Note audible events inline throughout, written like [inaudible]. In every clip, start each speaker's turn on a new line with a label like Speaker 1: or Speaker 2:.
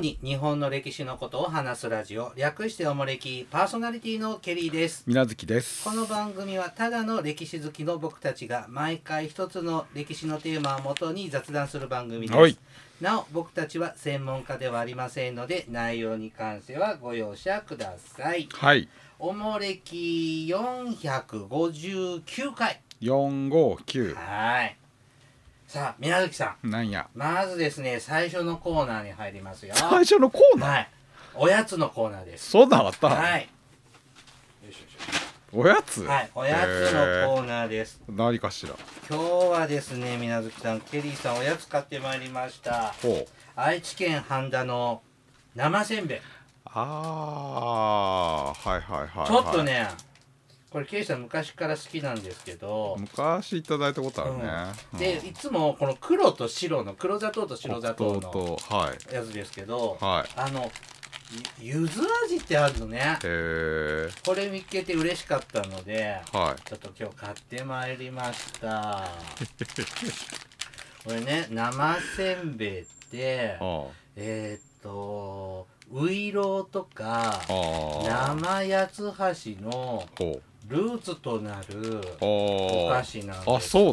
Speaker 1: に日本の歴史のことを話すラジオ略しておもれきパーソナリティのケリーです
Speaker 2: 水無月です。
Speaker 1: この番組はただの歴史好きの僕たちが毎回一つの歴史のテーマをもとに雑談する番組です、
Speaker 2: はい
Speaker 1: なお僕たちは専門家ではありませんので内容に関してはご容赦ください
Speaker 2: はい。
Speaker 1: おもれき459回
Speaker 2: 四五九。
Speaker 1: はいさあ宮崎さ
Speaker 2: なんや。
Speaker 1: んまずですね最初のコーナーに入りますよ
Speaker 2: 最初のコーナー。
Speaker 1: はい。おやつのコーナーです。
Speaker 2: そうだった。
Speaker 1: はい。
Speaker 2: おやつ。
Speaker 1: はい。おやつのコーナーです。
Speaker 2: へー何かしら。
Speaker 1: 今日はですね、みなずきさん、ケリーさん、おやつ買ってまいりました。
Speaker 2: ほう。
Speaker 1: 愛知県半田の生せんべい。
Speaker 2: ああ、はいはいはい、はい。
Speaker 1: ちょっと。ね、これケリーさん昔から好きなんですけど、
Speaker 2: 昔いただいたことあるね。うん
Speaker 1: で、いつもこの黒と白の黒砂糖と白砂糖の
Speaker 2: 黒糖とはい
Speaker 1: やつですけど、
Speaker 2: はい。
Speaker 1: あの、ゆゆず味ってあるのね。
Speaker 2: え
Speaker 1: これ見つけて嬉しかったので、
Speaker 2: ー、はい。
Speaker 1: ちょっと今日買ってまいりました。
Speaker 2: [laughs]
Speaker 1: これね、生せんべいって、
Speaker 2: あ
Speaker 1: えーっと、ウイローとか、
Speaker 2: あ。ああ。
Speaker 1: 生八つ橋の
Speaker 2: ほう。
Speaker 1: ルーツとなる
Speaker 2: あ
Speaker 1: お
Speaker 2: あ
Speaker 1: 菓。子なんですって
Speaker 2: あ、そうな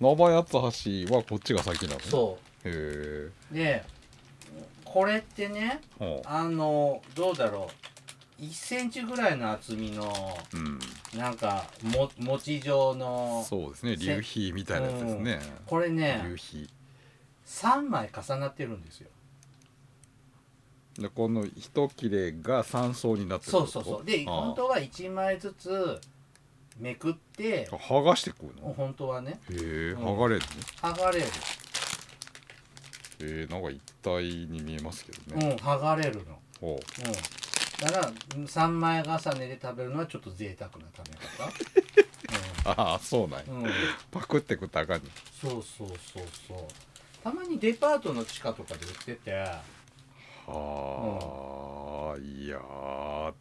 Speaker 2: の。
Speaker 1: は
Speaker 2: 生八つ橋はこっちが先なの。
Speaker 1: い。そ
Speaker 2: へえ。
Speaker 1: う。で、これってね、
Speaker 2: ほう。
Speaker 1: あの、どうだろう。1センチぐらいの厚みの、
Speaker 2: うん。
Speaker 1: なんか、も、餅状の、
Speaker 2: そうですね。流皮みたいなやつですね。
Speaker 1: これ
Speaker 2: 流
Speaker 1: ね、
Speaker 2: 皮。
Speaker 1: 3枚重なってるんですよ。
Speaker 2: でこの一切れが3層になってるっ
Speaker 1: そう
Speaker 2: てこと
Speaker 1: そうそうで
Speaker 2: ああ
Speaker 1: 本当は1枚ずつめくって
Speaker 2: 剥がしてくるのへ
Speaker 1: 本当はね
Speaker 2: え
Speaker 1: うん
Speaker 2: 剥がれるの
Speaker 1: 剥がれる、
Speaker 2: えー、なんか一体に見えますけど
Speaker 1: う
Speaker 2: ね、
Speaker 1: ん剥がれるの、うん、
Speaker 2: ほ
Speaker 1: だから3枚重ねで食べるのはちょっと贅沢な食 [laughs]
Speaker 2: うああそうなんや
Speaker 1: べ方うん、うん、
Speaker 2: パクってくったらあかんね
Speaker 1: そうそうそうそうたまにデパートの地下とかで売ってて
Speaker 2: はあ、いやー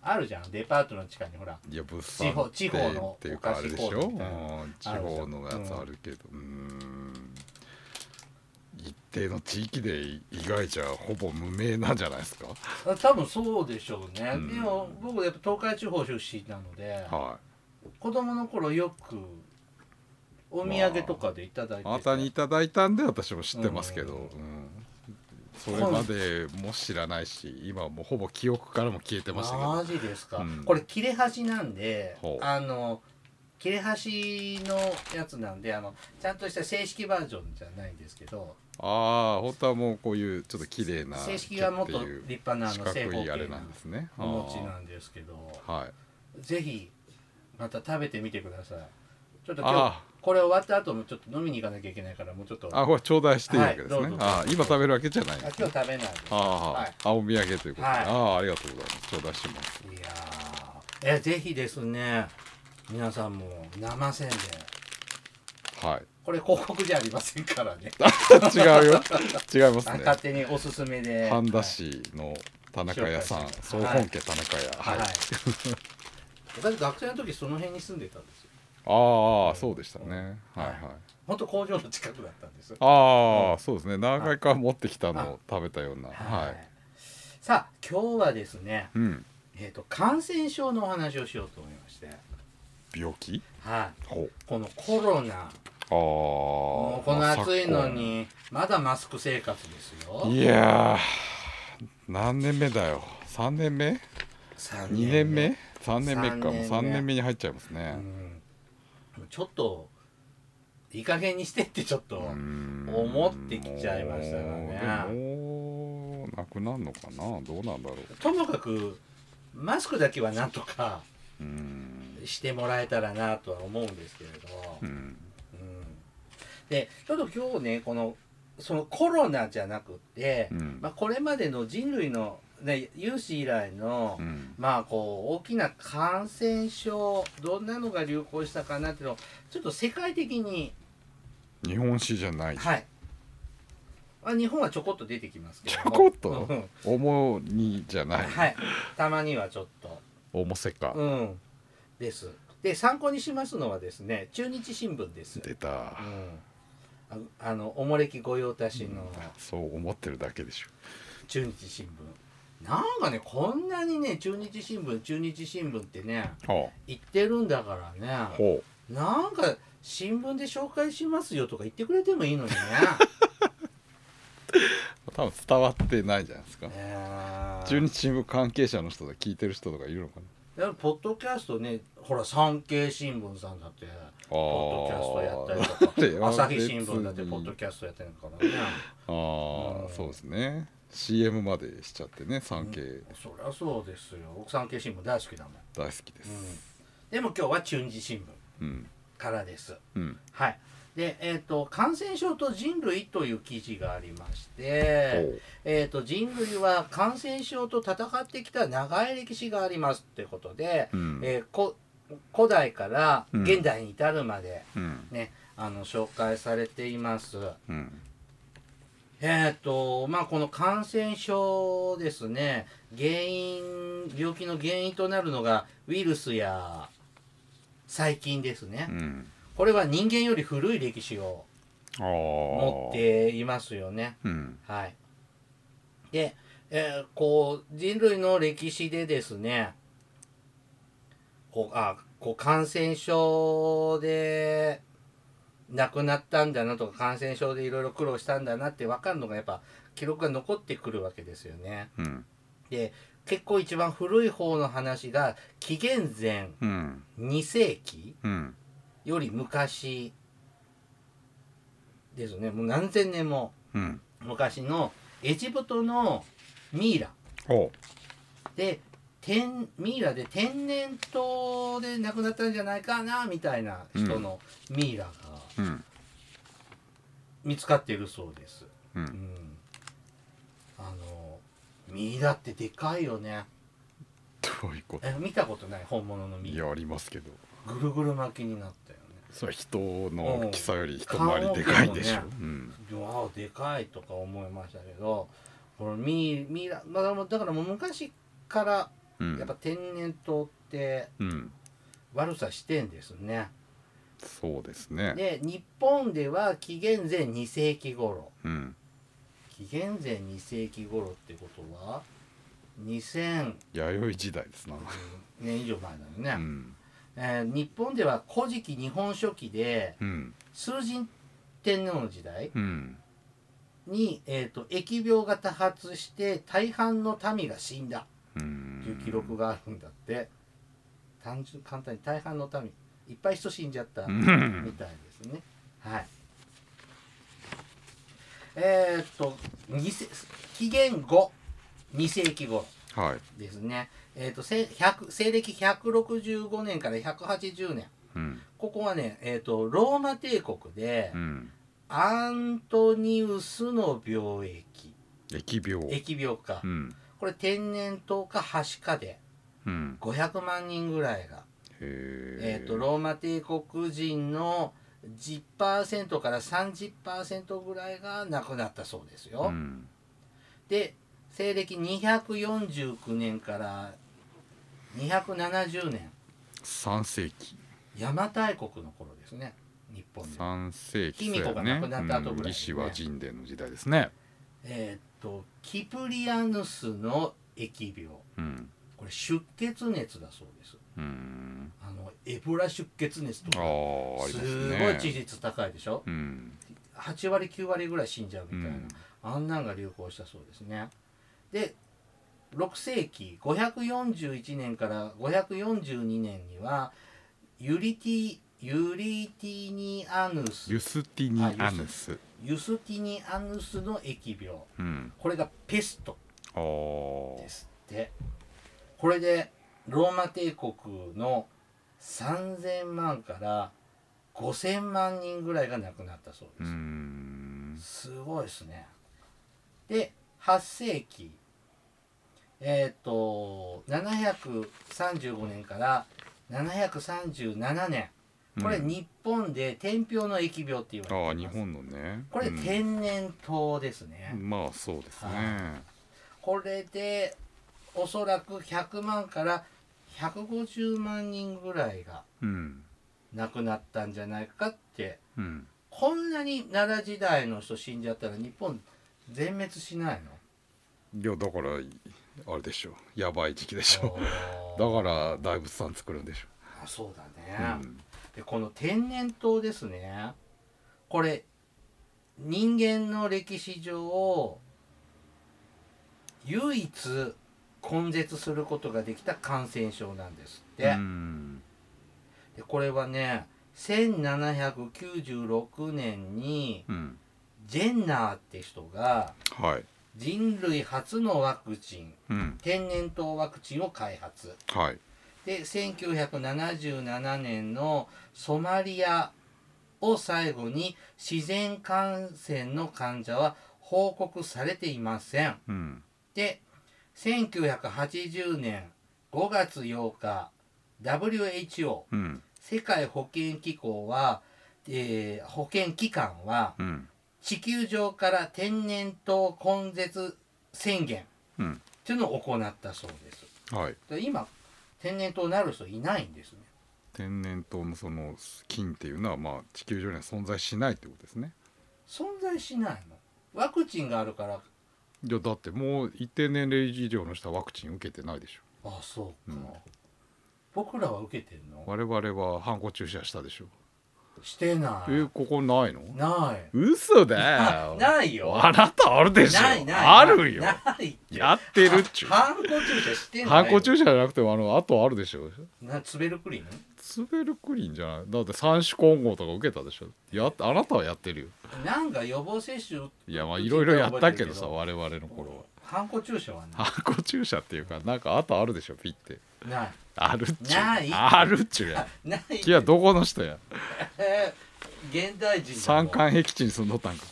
Speaker 1: あるじゃんデパートの地下にほら
Speaker 2: いや物産って
Speaker 1: 地方地方の
Speaker 2: っていうかあれでしょ、
Speaker 1: お菓子コーナーみたいな
Speaker 2: うん地方のやつあるけどうーん一定の地域で以外じゃほぼ無名なんじゃないですか
Speaker 1: 多分そうでしょうね、
Speaker 2: うん
Speaker 1: でも僕やっぱ東海地方出身なので、
Speaker 2: はい
Speaker 1: 子供の頃よくお土産とかでいただいてた
Speaker 2: あなたにいただいたんで私も知ってますけど、
Speaker 1: うん
Speaker 2: うんそれまでも知らないし今はもうほぼ記憶からも消えてましたけど
Speaker 1: マジですか、
Speaker 2: うん
Speaker 1: これ切れ端なんで
Speaker 2: ほう
Speaker 1: あの切れ端のやつなんであのちゃんとした正式バージョンじゃないんですけど
Speaker 2: ああ本当はもうこういうちょっと綺麗な
Speaker 1: 正式はもっと
Speaker 2: ってい
Speaker 1: 立派
Speaker 2: う
Speaker 1: なあ
Speaker 2: 四
Speaker 1: の
Speaker 2: 角
Speaker 1: 正方
Speaker 2: いあ
Speaker 1: 形
Speaker 2: れ
Speaker 1: の
Speaker 2: なんですね
Speaker 1: お餅
Speaker 2: あ
Speaker 1: なんですけど
Speaker 2: ーはい
Speaker 1: ぜひまた食べてみてくださいちょっと今日
Speaker 2: あ
Speaker 1: これ終わった後もちょっと飲みに行かなきゃいけないからもうちょっと
Speaker 2: あ
Speaker 1: あ
Speaker 2: これ頂戴していいわけですね、
Speaker 1: はいどうぞ
Speaker 2: あー今食べるわけじゃないん
Speaker 1: 今
Speaker 2: で
Speaker 1: 日
Speaker 2: すね
Speaker 1: 食べないで
Speaker 2: ああ、
Speaker 1: は
Speaker 2: はいい、あお土産ということで、
Speaker 1: はい
Speaker 2: ああありがとうございます頂戴します
Speaker 1: いやーえぜひですね皆さんも生せんべい
Speaker 2: はい
Speaker 1: これ広告じゃありませんからね
Speaker 2: 違うよ [laughs] 違いますね
Speaker 1: 勝手におすすめで
Speaker 2: 半田市の田中屋さん
Speaker 1: 紹介し
Speaker 2: 総
Speaker 1: ます
Speaker 2: 本家田中屋
Speaker 1: はい、
Speaker 2: は
Speaker 1: はいい、私学生の時その辺に住んでたんですよ
Speaker 2: ああそうでしたね、はいはい
Speaker 1: ほんと工場の近くだったんです
Speaker 2: ああ、
Speaker 1: うん
Speaker 2: そうですね何回か持ってきたのを食べたようなはい、
Speaker 1: さあ今日はですね
Speaker 2: うん
Speaker 1: えっ、と感染症のお話をしようと思いまして
Speaker 2: 病気
Speaker 1: はい
Speaker 2: ほう
Speaker 1: このコロナ
Speaker 2: あ
Speaker 1: も
Speaker 2: あ
Speaker 1: うこの暑いのにまだマスク生活ですよ
Speaker 2: いやー何年目だよ3年目
Speaker 1: 3
Speaker 2: 2年目3年目かも
Speaker 1: 三年目
Speaker 2: う3年目に入っちゃいますね
Speaker 1: うんちょっといい加減にしてってちょっと、
Speaker 2: うん
Speaker 1: 思ってきちゃいましたがね
Speaker 2: もうでももうなくなるのかなどうなんだろう
Speaker 1: ともかくマスクだけはなんとか [laughs]
Speaker 2: うん
Speaker 1: してもらえたらなとは思うんですけれど、
Speaker 2: うん
Speaker 1: うんでちょっと今日ねこのそのコロナじゃなくって、
Speaker 2: うん
Speaker 1: まあ、これまでの人類の、ね、有史以来の、
Speaker 2: うん
Speaker 1: まあこう大きな感染症どんなのが流行したかなっていうのをちょっと世界的に
Speaker 2: 日本史じゃない
Speaker 1: はい。あ日本はちょこっと出てきますけども。
Speaker 2: ちょこっと
Speaker 1: うん
Speaker 2: 重にじゃない
Speaker 1: はい。たまにはちょっと。
Speaker 2: 重せか
Speaker 1: うん。です。で参考にしますのはですね中日新聞です。
Speaker 2: 出た
Speaker 1: うん。ああのおもれき御用達の
Speaker 2: そう思ってるだけでしょ
Speaker 1: 中日新聞なんかねこんなにね中日新聞中日新聞ってね
Speaker 2: ほ
Speaker 1: 言ってるんだから
Speaker 2: う
Speaker 1: ね
Speaker 2: ほ
Speaker 1: なんか新聞で紹介しますよとか言ってくれてもいいの
Speaker 2: [laughs]
Speaker 1: にね
Speaker 2: う多分伝わってないんじゃないですか
Speaker 1: えー
Speaker 2: 中日新聞関係者の人とか聞いてる人とかいるのかな
Speaker 1: だからポッドキャストねほら産経新聞さんだってポッドキャストやったりとか
Speaker 2: あー
Speaker 1: 朝日新聞だって
Speaker 2: 別に
Speaker 1: ポッドキャストやってるからね
Speaker 2: あ
Speaker 1: う
Speaker 2: あ
Speaker 1: ん
Speaker 2: そうですね CM までしちゃってね産経
Speaker 1: そりゃそうですよ僕産経新聞大好きだもん、
Speaker 2: 大好きで
Speaker 1: う
Speaker 2: す
Speaker 1: ん、でも今日は中日新聞
Speaker 2: うん
Speaker 1: からです
Speaker 2: うん
Speaker 1: はいでえー、と感染症と人類という記事がありまし
Speaker 2: ほ
Speaker 1: て、
Speaker 2: う
Speaker 1: えー、と人類は感染症と戦ってきた長い歴史がありますということで、
Speaker 2: うん
Speaker 1: えーこ古代から
Speaker 2: うん
Speaker 1: 現代に至るまで、
Speaker 2: うん
Speaker 1: ねあの紹介されています。
Speaker 2: うん
Speaker 1: えっ、とまあこの感染症ですね原因病気の原因となるのがウイルスや細菌ですね、
Speaker 2: うん
Speaker 1: これは人間より古い歴史を
Speaker 2: ああ
Speaker 1: 持っていますよね
Speaker 2: うん
Speaker 1: はいで、えーこう人類の歴史でですねこうあこう感染症で亡くなったんだなとか感染症でいろいろ苦労したんだなって分かるのがやっぱ記録が残ってくるわけですよね。
Speaker 2: うん
Speaker 1: で結構一番古い方の話が紀元前
Speaker 2: うん
Speaker 1: 2世紀
Speaker 2: うん
Speaker 1: より昔ですねもう何千年も
Speaker 2: うん
Speaker 1: 昔のエジプトのミイラ
Speaker 2: ほ
Speaker 1: で天ミイラで天然痘で亡くなったんじゃないかなみたいな人のミイラが
Speaker 2: ううん
Speaker 1: 見つかっているそうです。
Speaker 2: う
Speaker 1: うんん、あのミイラってでかいよね
Speaker 2: どういうこと
Speaker 1: え見たことない本物のミ
Speaker 2: い
Speaker 1: イラ
Speaker 2: やありますけど
Speaker 1: ぐるぐる巻きになったよね。
Speaker 2: それは人の大きさより一回りでかいでしょ
Speaker 1: うん
Speaker 2: うん
Speaker 1: うわでかいとか思いましたけどこのミイミイラ、まあ、だからもう昔から
Speaker 2: うん
Speaker 1: やっぱ天然痘って
Speaker 2: うん
Speaker 1: 悪さしてんですね。
Speaker 2: そうですね
Speaker 1: で日本では紀元前2世紀頃
Speaker 2: うん
Speaker 1: 紀元前2世紀頃ってことは2000
Speaker 2: 弥生時代ですな
Speaker 1: 年以上前だ
Speaker 2: う
Speaker 1: よね、
Speaker 2: ん
Speaker 1: えー日本では「古事記日本書紀」で
Speaker 2: うん
Speaker 1: 崇神天皇の時代
Speaker 2: うん
Speaker 1: に、えー、と疫病が多発して大半の民が死んだ
Speaker 2: うん
Speaker 1: っていう記録があるんだって単純簡単に大半の民いっぱい人死んじゃった。
Speaker 2: うん
Speaker 1: みたいですね。はい。えーっと、二世紀元後、2世紀後
Speaker 2: はい
Speaker 1: ですね。えーっと、せ100西暦165年から180年。
Speaker 2: うん
Speaker 1: ここはね、えーっと、ローマ帝国で
Speaker 2: う、ん
Speaker 1: アントニウスの病疫、
Speaker 2: 疫病
Speaker 1: 疫病か
Speaker 2: う。ん
Speaker 1: これ天然痘かはしかで、
Speaker 2: うん
Speaker 1: 500万人ぐらいが
Speaker 2: へえ
Speaker 1: えー、とローマ帝国人の10%から30%ぐらいが亡くなったそうですよ。
Speaker 2: うん
Speaker 1: で西暦249年から270年
Speaker 2: 三世紀
Speaker 1: 邪馬台国の頃ですね日本で。
Speaker 2: 三世紀
Speaker 1: 卑弥呼が亡くなった後ぐらいね
Speaker 2: うん、西は神殿の時代ですね
Speaker 1: えー、とキプリアヌスの疫病
Speaker 2: うん
Speaker 1: これ出血熱だそうです。
Speaker 2: うん
Speaker 1: あのエボラ出血熱とか
Speaker 2: ああありますすね
Speaker 1: ごい致死率高いでしょ
Speaker 2: うん
Speaker 1: 8割9割ぐらい死んじゃうみ
Speaker 2: う
Speaker 1: たいな。
Speaker 2: ん
Speaker 1: あんなんが流行したそうですね。で6世紀541年から542年にはユリティユリティニアヌス
Speaker 2: ユスティニアヌス
Speaker 1: ユスティニアヌスの疫病
Speaker 2: うん
Speaker 1: これがペスト
Speaker 2: ああ
Speaker 1: ですってこれでローマ帝国の3000万から5000万人ぐらいが亡くなったそうで
Speaker 2: うー
Speaker 1: す。
Speaker 2: ん
Speaker 1: すごいですね。で8世紀えっ、と735年から737年これ
Speaker 2: うん
Speaker 1: 日本で天平の疫病って言
Speaker 2: あ
Speaker 1: わ
Speaker 2: あ
Speaker 1: れてい
Speaker 2: 日
Speaker 1: ます、
Speaker 2: 本のね
Speaker 1: これ
Speaker 2: うん
Speaker 1: 天然痘ですね、
Speaker 2: まあそうです
Speaker 1: は
Speaker 2: ね
Speaker 1: これでおそらく100万から150万人ぐらいが
Speaker 2: うん
Speaker 1: 亡くなったんじゃないかって
Speaker 2: うん
Speaker 1: こんなに奈良時代の人死んじゃったら日本全滅しない
Speaker 2: いやだからあれでしょやばい時期でしょだ
Speaker 1: の
Speaker 2: から大仏さん作るんでしょ、
Speaker 1: あそうだ
Speaker 2: う
Speaker 1: ね、
Speaker 2: ん、
Speaker 1: でこの天然痘ですねこれ人間の歴史上唯一根絶することができた感染症なんですって、
Speaker 2: うん
Speaker 1: でこれはね1796年に
Speaker 2: うん
Speaker 1: ジェンナーって人が
Speaker 2: はい
Speaker 1: 人類初のワクチン
Speaker 2: うん
Speaker 1: 天然痘ワクチンを開発
Speaker 2: はい
Speaker 1: で1977年のソマリアを最後に自然感染の患者は報告されていません
Speaker 2: うん
Speaker 1: で1980年5月8日 WHO
Speaker 2: うん
Speaker 1: 世界保健機構は、えー保健機関は
Speaker 2: うん
Speaker 1: 地球上から天然痘根絶宣言
Speaker 2: うん
Speaker 1: というのを行ったそうです
Speaker 2: はい
Speaker 1: で今天然痘になる人いないんですね
Speaker 2: 天然痘のその菌っていうのはまあ地球上には存在しないってことですね
Speaker 1: 存在しないのワクチンがあるから
Speaker 2: いやだってもう一定年齢以上の人はワクチン受けてないでしょ
Speaker 1: あそうか、
Speaker 2: うん
Speaker 1: 僕らは受けてんの
Speaker 2: 我々はハンコ注射したでしょ
Speaker 1: してない
Speaker 2: えここないの
Speaker 1: ない
Speaker 2: 嘘だよ
Speaker 1: ないよ
Speaker 2: あなたあるでしょ
Speaker 1: ないない
Speaker 2: あるよ
Speaker 1: ないって
Speaker 2: やってるっちゅう
Speaker 1: ハンコ注射してない
Speaker 2: ハンコ注
Speaker 1: 射
Speaker 2: 射じゃなくてもあのあとあるでしょ
Speaker 1: なツベルクリーン
Speaker 2: ツベルクリンじゃないだって三種混合とか受けたでしょやっあなたはやってるよ
Speaker 1: なんか予防接種
Speaker 2: いやまあいろいろやったけどさ我々の頃は
Speaker 1: ハンコ注射はな
Speaker 2: ハンコ注射っていうかなんかあとあるでしょピッて
Speaker 1: いない
Speaker 2: あるっちゅ
Speaker 1: ない
Speaker 2: あるっちゅうや
Speaker 1: ない
Speaker 2: きやどこの人や
Speaker 1: えー現代人だもん
Speaker 2: 三冠壁地に住んどったんか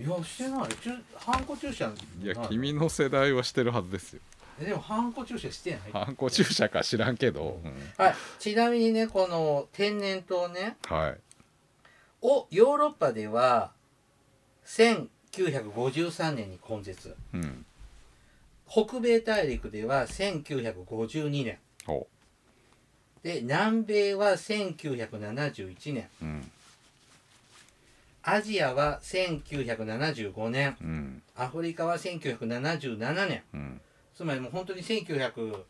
Speaker 1: いやしてないちゅハンコ注射
Speaker 2: いや
Speaker 1: ない
Speaker 2: 君の世代はしてるはずですよ
Speaker 1: えでもハンコ注射してない
Speaker 2: ハンコ注射か知らんけど、うん
Speaker 1: はい、ちなみにねこの天然痘ね
Speaker 2: はい
Speaker 1: をヨーロッパでは1953年に根絶
Speaker 2: うん
Speaker 1: 北米大陸では1952年
Speaker 2: ほ
Speaker 1: で南米は1971年
Speaker 2: ううん
Speaker 1: アジアは1975年
Speaker 2: うん
Speaker 1: アフリカは1977年
Speaker 2: うん
Speaker 1: つまりもう本当に1970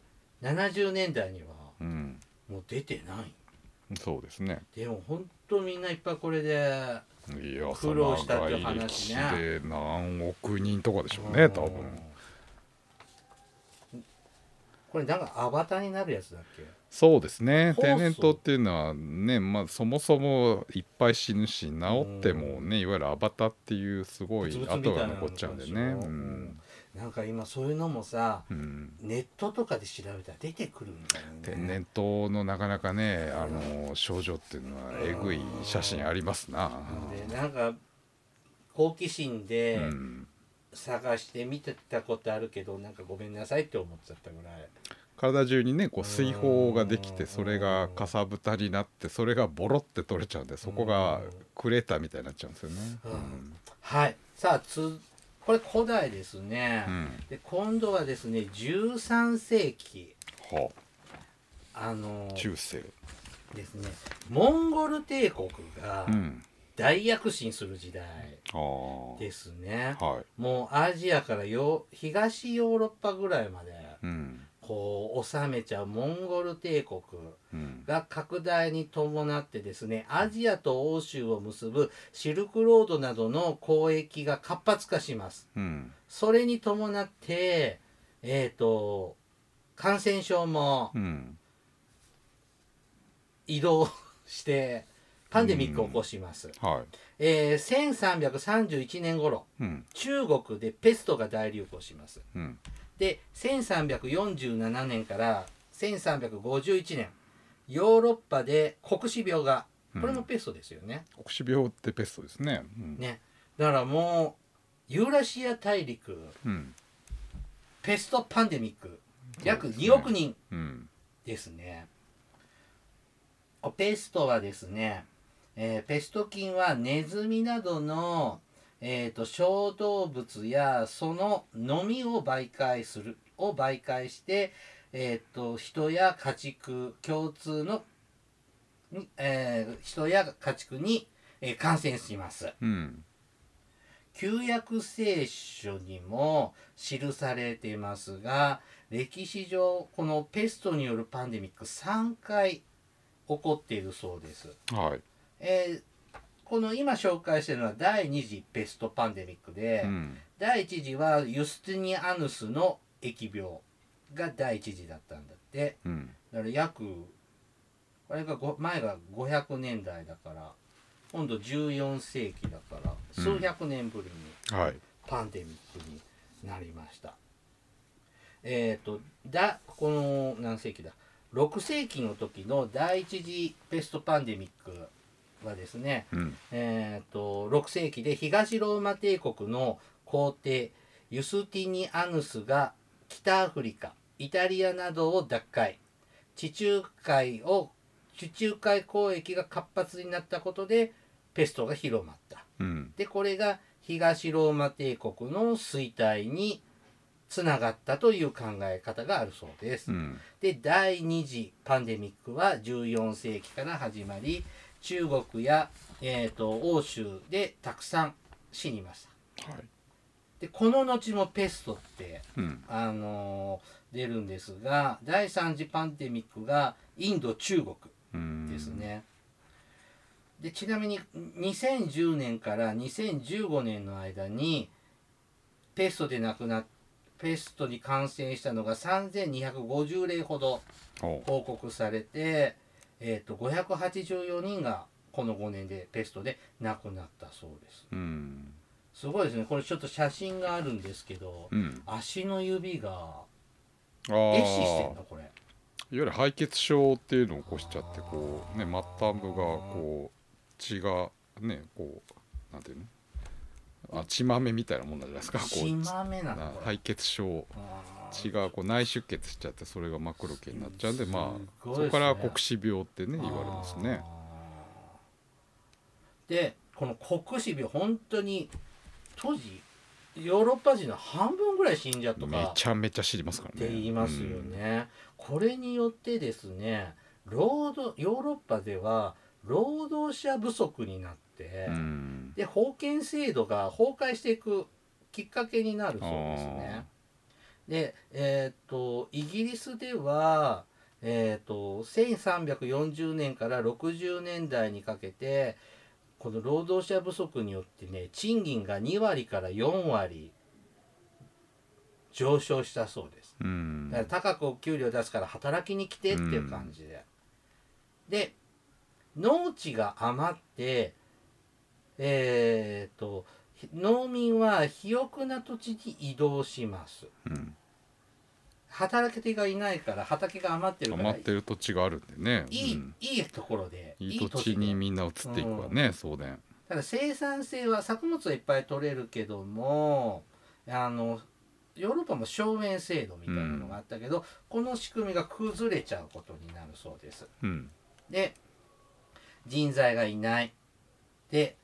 Speaker 1: 年代には
Speaker 2: うん
Speaker 1: もう出てない
Speaker 2: そうですね
Speaker 1: でも本当みんないっぱいこれで
Speaker 2: いや
Speaker 1: 苦労したっていう話ね
Speaker 2: その長い歴史で何億人とかでしょうね多分
Speaker 1: これなんかアバターになるやつだっけ
Speaker 2: そうですね
Speaker 1: ホウソウ
Speaker 2: 天然痘っていうのはね、まあ、そもそもいっぱい死ぬし治ってもねいわゆるアバターっていうすごい
Speaker 1: ブツブツみたい
Speaker 2: 跡
Speaker 1: な
Speaker 2: が
Speaker 1: の
Speaker 2: 残っちゃうんでね
Speaker 1: う
Speaker 2: うんん、
Speaker 1: なんか今そういうのもさ
Speaker 2: うん、
Speaker 1: ネットとかで調べたら出てくるんだよね
Speaker 2: 天然痘のなかなかねあの症状っていうのはえぐい写真ありますな、
Speaker 1: でなんか好奇心
Speaker 2: う
Speaker 1: で
Speaker 2: ん、
Speaker 1: 探して見てたことあるけどなんかごめんなさいって思っちゃったぐらい
Speaker 2: 体中にねこう水泡ができ
Speaker 1: う
Speaker 2: て
Speaker 1: ん
Speaker 2: それがかさぶたになってそれがボロって取れちゃうんでそこがクレーターみたいになっちゃうんですよね。うん
Speaker 1: はいさあつこれ古代ですね、
Speaker 2: うん
Speaker 1: で今度はですね13世紀
Speaker 2: は
Speaker 1: あの
Speaker 2: あ中世、
Speaker 1: ですねモンゴル帝国が
Speaker 2: うん、
Speaker 1: 大躍進する時代
Speaker 2: あー
Speaker 1: ですね、
Speaker 2: はい、
Speaker 1: もうアジアからよ東ヨーロッパぐらいまで
Speaker 2: うん
Speaker 1: こう治めちゃうモンゴル帝国
Speaker 2: うん、
Speaker 1: が拡大に伴ってですねアジアと欧州を結ぶシルクロードなどの交易が活発化します
Speaker 2: うん、
Speaker 1: それに伴ってえっ、と感染症も
Speaker 2: うん、
Speaker 1: 移動してパンデミックを起こします、
Speaker 2: は
Speaker 1: えー1331年頃
Speaker 2: い、うん、
Speaker 1: 中国でペストが大流行します
Speaker 2: うん、
Speaker 1: で1347年から1351年ヨーロッパで黒死病がこれもペストですよね、
Speaker 2: 黒死病ってペストですね。うん、
Speaker 1: ねだからもうユーラシア大陸
Speaker 2: うん、
Speaker 1: ペストパンデミック約
Speaker 2: そうですね
Speaker 1: 2億人
Speaker 2: うん、
Speaker 1: ですねペストはですね、えーペスト菌はネズミなどの、えー、と小動物やそののみを媒介するを媒介して、えー、と人や家畜共通の、にえー人や家畜に、えー感染します。
Speaker 2: うん
Speaker 1: 旧約聖書にも記されていますが歴史上このペストによるパンデミック3回起こっているそうです。
Speaker 2: はい
Speaker 1: えーこの今紹介しているのは第2次ペストパンデミックで、
Speaker 2: うん
Speaker 1: 第1次はユスティニアヌスの疫病が第1次だったんだって
Speaker 2: うん
Speaker 1: だから約これがご前が500年代だから今度14世紀だから数百年ぶりに。
Speaker 2: はい
Speaker 1: パンデミックになりました。えっ、とだこの何世紀だ6世紀の時の第一次ペストパンデミックはですね、
Speaker 2: うん
Speaker 1: えっと6世紀で東ローマ帝国の皇帝ユスティニアヌスが北アフリカイタリアなどを奪回地中海を地中海交易が活発になったことでペストが広まった。
Speaker 2: うん
Speaker 1: でこれが東ローマ帝国の衰退につながったという考え方があるそうです。
Speaker 2: うん
Speaker 1: で第2次パンデミックは14世紀から始まり中国や、えー、と欧州でたくさん死にました。
Speaker 2: はい
Speaker 1: でこの後もペストって、
Speaker 2: うん
Speaker 1: あのー出るんですが第3次パンデミックがインド中国
Speaker 2: うん
Speaker 1: ですね。でちなみに2010年から2015年の間にペストで亡くなっペストに感染したのが3250例ほど
Speaker 2: お
Speaker 1: 報告されて、えー、と584人がこの5年でペストで亡くなったそうです。
Speaker 2: うん
Speaker 1: すごいですねこれちょっと写真があるんですけど
Speaker 2: うん
Speaker 1: 足の指が
Speaker 2: あ
Speaker 1: 壊
Speaker 2: ー
Speaker 1: 死してんのこれ。
Speaker 2: いわゆる敗血症っていうのを起こしちゃってこうね末端部がこう血がねこうなんていうのあ血まめみたいなもんなんじゃないですかこ
Speaker 1: 血
Speaker 2: う
Speaker 1: まめな
Speaker 2: な
Speaker 1: のこれ。
Speaker 2: 敗血症
Speaker 1: あー
Speaker 2: 血がこう内出血しちゃってそれがマクロ系になっちゃうんですまあ
Speaker 1: ごい
Speaker 2: そ
Speaker 1: ですね
Speaker 2: こから黒死病ってね言われますね
Speaker 1: あー。でこの黒死病本当に当時ヨーロッパ人の半分ぐらい死んじゃうと
Speaker 2: め
Speaker 1: か
Speaker 2: ちゃめちゃ知りますから
Speaker 1: っ
Speaker 2: ね
Speaker 1: て言いますよね。これによってですね労働ヨーロッパでは労働者不足になって、
Speaker 2: うん
Speaker 1: で封建制度が崩壊していくきっかけになるそうですね。でえっとイギリスでは、えっと1340年から60年代にかけてこの労働者不足によってね賃金が2割から4割上昇したそうです。
Speaker 2: うん
Speaker 1: だから高くお給料出すから働きに来てっていう感じで、で農地が余ってえー、とひ農民は肥沃な土地に移動します
Speaker 2: うん
Speaker 1: 働き手がいないから畑が余ってるから
Speaker 2: 余ってる土地があるんでね
Speaker 1: いい、
Speaker 2: うん
Speaker 1: いいところで
Speaker 2: いい土地に
Speaker 1: で
Speaker 2: みんな移っていくわね送電
Speaker 1: ただ生産性は作物はいっぱい取れるけどもあのヨーロッパも荘園制度みたいなのがあったけど、この仕組みが崩れちゃうことになるそうです。
Speaker 2: うん
Speaker 1: で人材がいないで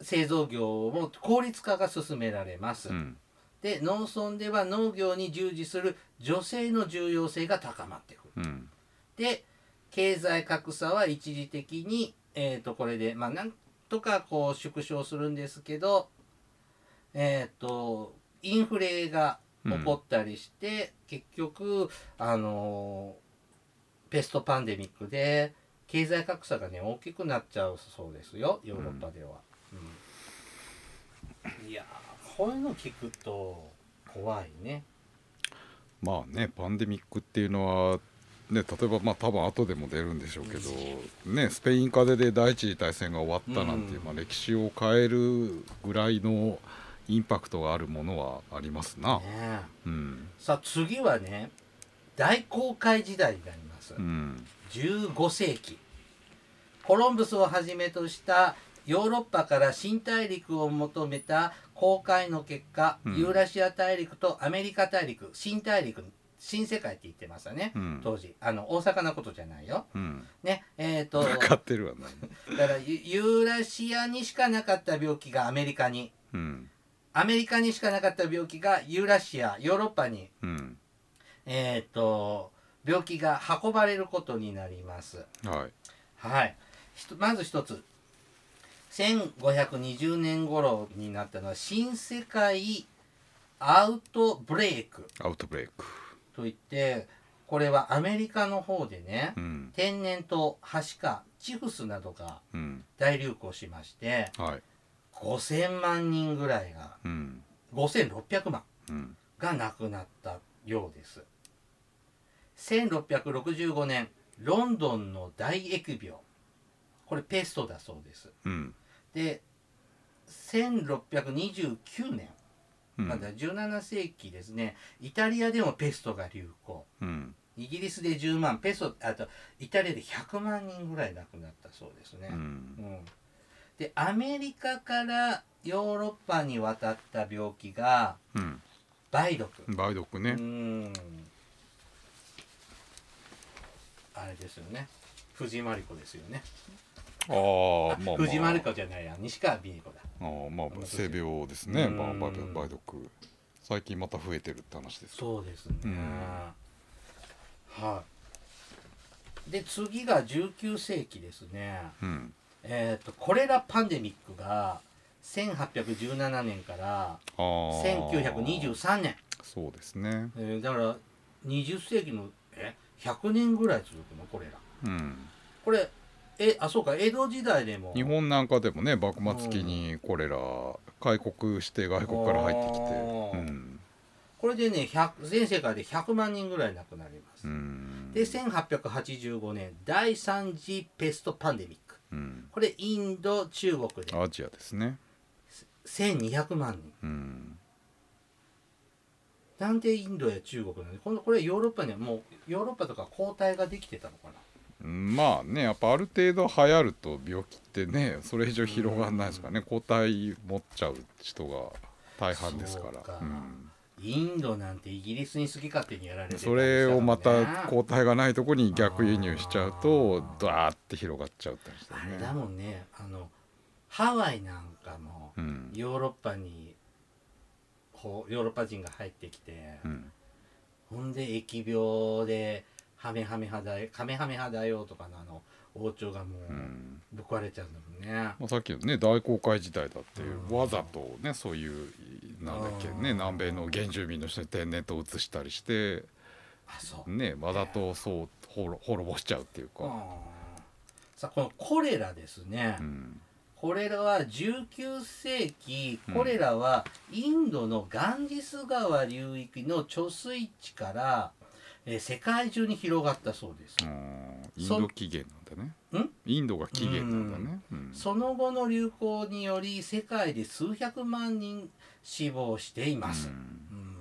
Speaker 1: 製造業も効率化が進められます、
Speaker 2: うん
Speaker 1: で農村では農業に従事する女性の重要性が高まってくる
Speaker 2: うん
Speaker 1: で経済格差は一時的に、えー、とこれで、まあ、なんとかこう縮小するんですけど、えー、とインフレが起こったりして、結局、あのーペストパンデミックで経済格差がね大きくなっちゃうそうですよヨーロッパでは。うんいやーこういうの聞くと怖いね。
Speaker 2: まあねパンデミックっていうのは、ね、例えばまあ多分後でも出るんでしょうけど、ね、スペイン風邪で第一次大戦が終わったなんていう、
Speaker 1: うん
Speaker 2: まあ、歴史を変えるぐらいのインパクトがあるものはありますな
Speaker 1: ね。え
Speaker 2: うん
Speaker 1: さあ次はね大航海時代になります
Speaker 2: うん
Speaker 1: 15世紀コロンブスをはじめとしたヨーロッパから新大陸を求めた航海の結果、
Speaker 2: うん
Speaker 1: ユーラシア大陸とアメリカ大陸新大陸新世界って言ってましたね、
Speaker 2: うん
Speaker 1: 当時あの大阪のことじゃないよ
Speaker 2: うん、
Speaker 1: ねえ
Speaker 2: [laughs]
Speaker 1: っ、と
Speaker 2: 分かってるわね。
Speaker 1: だからユユーラシアにしかなかった病気がアメリカに
Speaker 2: うん
Speaker 1: アメリカにしかなかった病気がユーラシアヨーロッパに
Speaker 2: うん
Speaker 1: えー、と病気が運ばれることになります。
Speaker 2: はい
Speaker 1: はい。ひとまず一つ。1520年頃になったのは新世界アウトブレイク
Speaker 2: アウトブレイク
Speaker 1: といってこれはアメリカの方でね
Speaker 2: うん
Speaker 1: 天然痘ハシカチフスなどが
Speaker 2: うん
Speaker 1: 大流行しまして
Speaker 2: はい
Speaker 1: 5000万人ぐらいが
Speaker 2: うん
Speaker 1: 5600万
Speaker 2: うん
Speaker 1: が亡くなったようです1665年ロンドンの大疫病これペストだそうです
Speaker 2: うん
Speaker 1: で1629年
Speaker 2: うん
Speaker 1: まだ17世紀ですね、イタリアでもペストが流行
Speaker 2: うん
Speaker 1: イギリスで10万ペストあとイタリアで100万人ぐらい亡くなったそうですね、
Speaker 2: うん
Speaker 1: うんでアメリカからヨーロッパに渡った病気が
Speaker 2: うん
Speaker 1: 梅毒、
Speaker 2: 梅毒
Speaker 1: う
Speaker 2: ね
Speaker 1: んあれですよね藤井真理子ですよね、
Speaker 2: ああまあまあ
Speaker 1: 藤井真理子じゃないや西川美恵子だ
Speaker 2: あーまあ
Speaker 1: の時
Speaker 2: 性病ですね
Speaker 1: うん
Speaker 2: まあ梅毒梅毒最近また増えてるって話です
Speaker 1: そうですね、
Speaker 2: うん
Speaker 1: はいで次が19世紀ですね
Speaker 2: うん
Speaker 1: えっ、とコレラパンデミックが1817年から
Speaker 2: ああ
Speaker 1: 1923年
Speaker 2: そうですね
Speaker 1: えーだから20世紀のえ100年ぐらい続くのこれら
Speaker 2: うん
Speaker 1: これえあそうか江戸時代でも
Speaker 2: 日本なんかでもね幕末期にこれら開国して外国から入ってきて
Speaker 1: う
Speaker 2: うんん
Speaker 1: これでね100全世界で100万人ぐらい亡くなります、
Speaker 2: うん
Speaker 1: で1885年第3次ペストパンデミック
Speaker 2: うん
Speaker 1: これインド中国で
Speaker 2: アジアですね
Speaker 1: 1200万人
Speaker 2: うん
Speaker 1: なんでインドや中国なのこのこれヨーロッパにはもうヨーロッパとか交代ができてたのかな
Speaker 2: まあねやっぱある程度流行ると病気ってねそれ以上広がらないですからね抗体持っちゃう人が大半ですか
Speaker 1: そ
Speaker 2: ら
Speaker 1: うか
Speaker 2: うん
Speaker 1: インドなんてイギリスに好き勝手にやられてたりした
Speaker 2: そ
Speaker 1: もんね
Speaker 2: れをまた抗体がないとこに逆輸入しちゃうとダーって広がっちゃうって話
Speaker 1: あ
Speaker 2: だ
Speaker 1: れ
Speaker 2: よ
Speaker 1: だ
Speaker 2: ね。
Speaker 1: もんねあのハワイなんかも
Speaker 2: うん
Speaker 1: ヨーロッパにこうヨーロッパ人が入ってきて、
Speaker 2: うん
Speaker 1: ほんで疫病でハメハメ派だよカメハメ派だよとかのあの王朝がもう
Speaker 2: う
Speaker 1: んぶっ壊れちゃうんだもんね、
Speaker 2: まあ、さっきのね大航海時代だって
Speaker 1: うん
Speaker 2: わざとねそういうなんだっけね
Speaker 1: うん
Speaker 2: 南米の原住民の人に天然痘を移したりして
Speaker 1: あそう、
Speaker 2: ねわざとそう滅滅ぼしちゃうっていう
Speaker 1: うん
Speaker 2: か。
Speaker 1: さあこのコレラですね、
Speaker 2: うん
Speaker 1: コレラは19世紀コレラはインドのガンジス川流域の貯水池から、えー世界中に広がったそうです、
Speaker 2: うんイン
Speaker 1: そ
Speaker 2: ド起源なんだね
Speaker 1: ん
Speaker 2: インドが起源なんだねうん
Speaker 1: その後の流行により世界で数百万人死亡しています、
Speaker 2: うん
Speaker 1: うん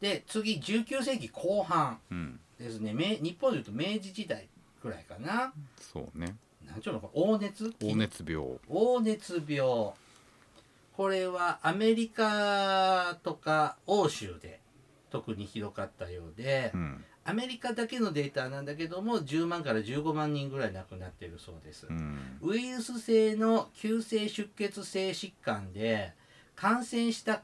Speaker 1: で次19世紀後半
Speaker 2: うん
Speaker 1: ですね明日本でいうと明治時代くらいかな
Speaker 2: そうね
Speaker 1: 何ちゅうのか黄熱
Speaker 2: 黄熱病
Speaker 1: 黄熱病これはアメリカとか欧州で特にひどかったようで、
Speaker 2: うん
Speaker 1: アメリカだけのデータなんだけども10万から15万人ぐらい亡くなっているそうです、
Speaker 2: うん
Speaker 1: ウイルス性の急性出血性疾患で感染した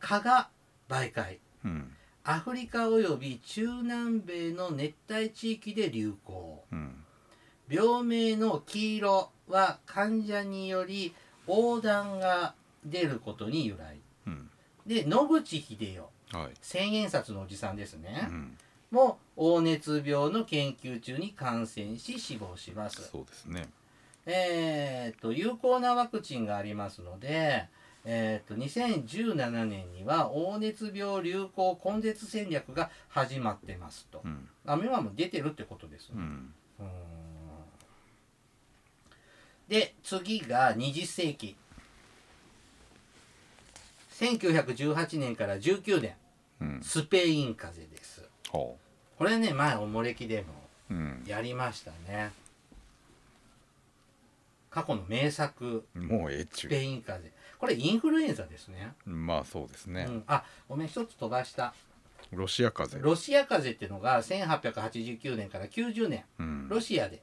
Speaker 1: 蚊が媒介
Speaker 2: うん
Speaker 1: アフリカおよび中南米の熱帯地域で流行
Speaker 2: うん
Speaker 1: 病名の黄色は患者により横断が出ることに由来
Speaker 2: うん
Speaker 1: で野口英世
Speaker 2: はい
Speaker 1: 千円札のおじさんですね
Speaker 2: う、ん
Speaker 1: も黄熱病の研究中に感染し死亡します
Speaker 2: そうですね
Speaker 1: えー、と有効なワクチンがありますので、えー、と2017年には黄熱病流行根絶戦略が始まってますと。
Speaker 2: うん
Speaker 1: あ今も出てるってことです
Speaker 2: う
Speaker 1: ね。
Speaker 2: ん
Speaker 1: うーんで次が20世紀1918年から19年
Speaker 2: うん
Speaker 1: スペイン風邪です。
Speaker 2: はあ
Speaker 1: これね前おもれきでも
Speaker 2: うん
Speaker 1: やりましたね。過去の名作
Speaker 2: もうええっち
Speaker 1: ス
Speaker 2: ゅ
Speaker 1: ペイン風邪これインフルエンザですね
Speaker 2: うまあそうですね
Speaker 1: うん、あごめん一つ飛ばした
Speaker 2: ロシア風邪
Speaker 1: ロシア風邪っていうのが1889年から90年
Speaker 2: うん
Speaker 1: ロシアで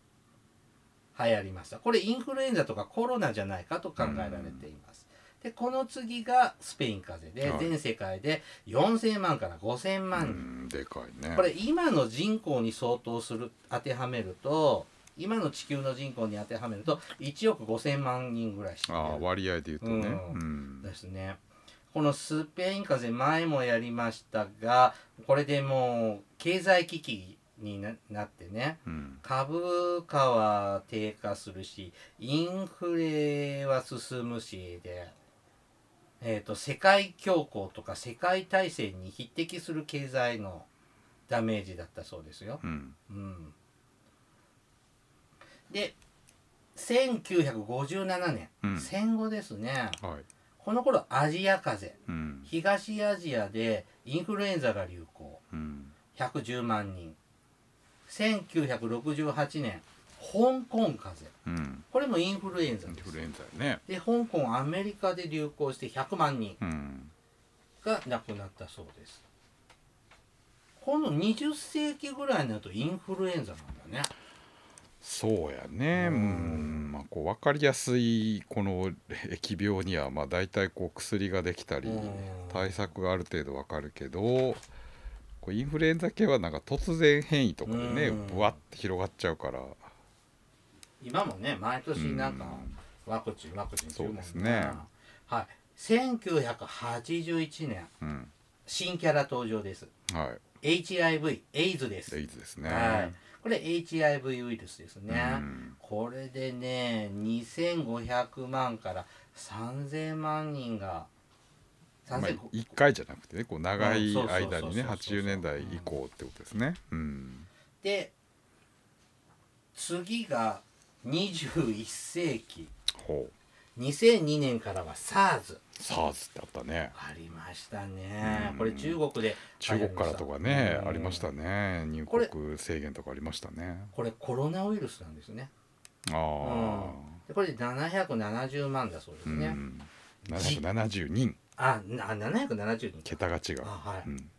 Speaker 1: 流行りましたこれインフルエンザとかコロナじゃないかと考えられています、でこの次がスペイン風邪で、
Speaker 2: はい
Speaker 1: 全世界で4000万から5000
Speaker 2: う
Speaker 1: 万人、
Speaker 2: んでかいね
Speaker 1: これ今の人口に相当する当てはめると今の地球の人口に当てはめると1億5,000万人ぐらい死んで
Speaker 2: ああ
Speaker 1: る
Speaker 2: 割合で言うとね、
Speaker 1: う
Speaker 2: うん
Speaker 1: ですね。このスペイン風邪前もやりましたがこれでもう経済危機にななってね
Speaker 2: うん
Speaker 1: 株価は低下するしインフレは進むしで、えー、と世界恐慌とか世界大戦に匹敵する経済のダメージだったそうですよ。
Speaker 2: うん
Speaker 1: うん、で1957年、
Speaker 2: うん
Speaker 1: 戦後ですね
Speaker 2: はい、
Speaker 1: この頃アジア風邪
Speaker 2: うん
Speaker 1: 東アジアでインフルエンザが流行
Speaker 2: うん
Speaker 1: 110万人1968年香港風邪
Speaker 2: うん、
Speaker 1: これもインフルエンザ
Speaker 2: イン
Speaker 1: で
Speaker 2: フ
Speaker 1: す
Speaker 2: ルエンザやね、
Speaker 1: で香港アメリカで流行して100万人
Speaker 2: うん、
Speaker 1: が亡くなったそうですこの20世紀ぐらいになるとインフルエンザなんだね
Speaker 2: そうやね、
Speaker 1: う
Speaker 2: うんんまあ、こう分かりやすいこの疫病にはまあ大体こう薬ができたり
Speaker 1: うん
Speaker 2: 対策がある程度分かるけどこうインフルエンザ系はなんか突然変異とかでね
Speaker 1: うん
Speaker 2: ぶわって広がっちゃうから
Speaker 1: 今もね毎年なんか
Speaker 2: うん
Speaker 1: ワクチンワクチンするもんな
Speaker 2: そうですね
Speaker 1: はい1981年
Speaker 2: うん
Speaker 1: 新キャラ登場です
Speaker 2: は
Speaker 1: HIV エイズです
Speaker 2: いエイズですね、
Speaker 1: はい、これ HIV ウイルスです
Speaker 2: う
Speaker 1: ね、
Speaker 2: ん
Speaker 1: これでね2500万から3000万人が
Speaker 2: まあ、
Speaker 1: 3500
Speaker 2: 1回じゃなくてねこう長い
Speaker 1: うんそうそうそうそう
Speaker 2: 間にね80年代以降ってことですね。うん
Speaker 1: で次が21世紀
Speaker 2: ほう
Speaker 1: 2002年からは SARS
Speaker 2: サーズってあったね
Speaker 1: ありましたね
Speaker 2: うん
Speaker 1: これ中国で
Speaker 2: 中国からとかね
Speaker 1: うん
Speaker 2: ありましたね入
Speaker 1: これ
Speaker 2: 国制限とかありましたね
Speaker 1: これコロナウイルスなんですね
Speaker 2: ああ
Speaker 1: でこれで770万だそうです
Speaker 2: うん、
Speaker 1: ね、
Speaker 2: 770人
Speaker 1: あな770人
Speaker 2: 桁が違う
Speaker 1: あ、はい
Speaker 2: うん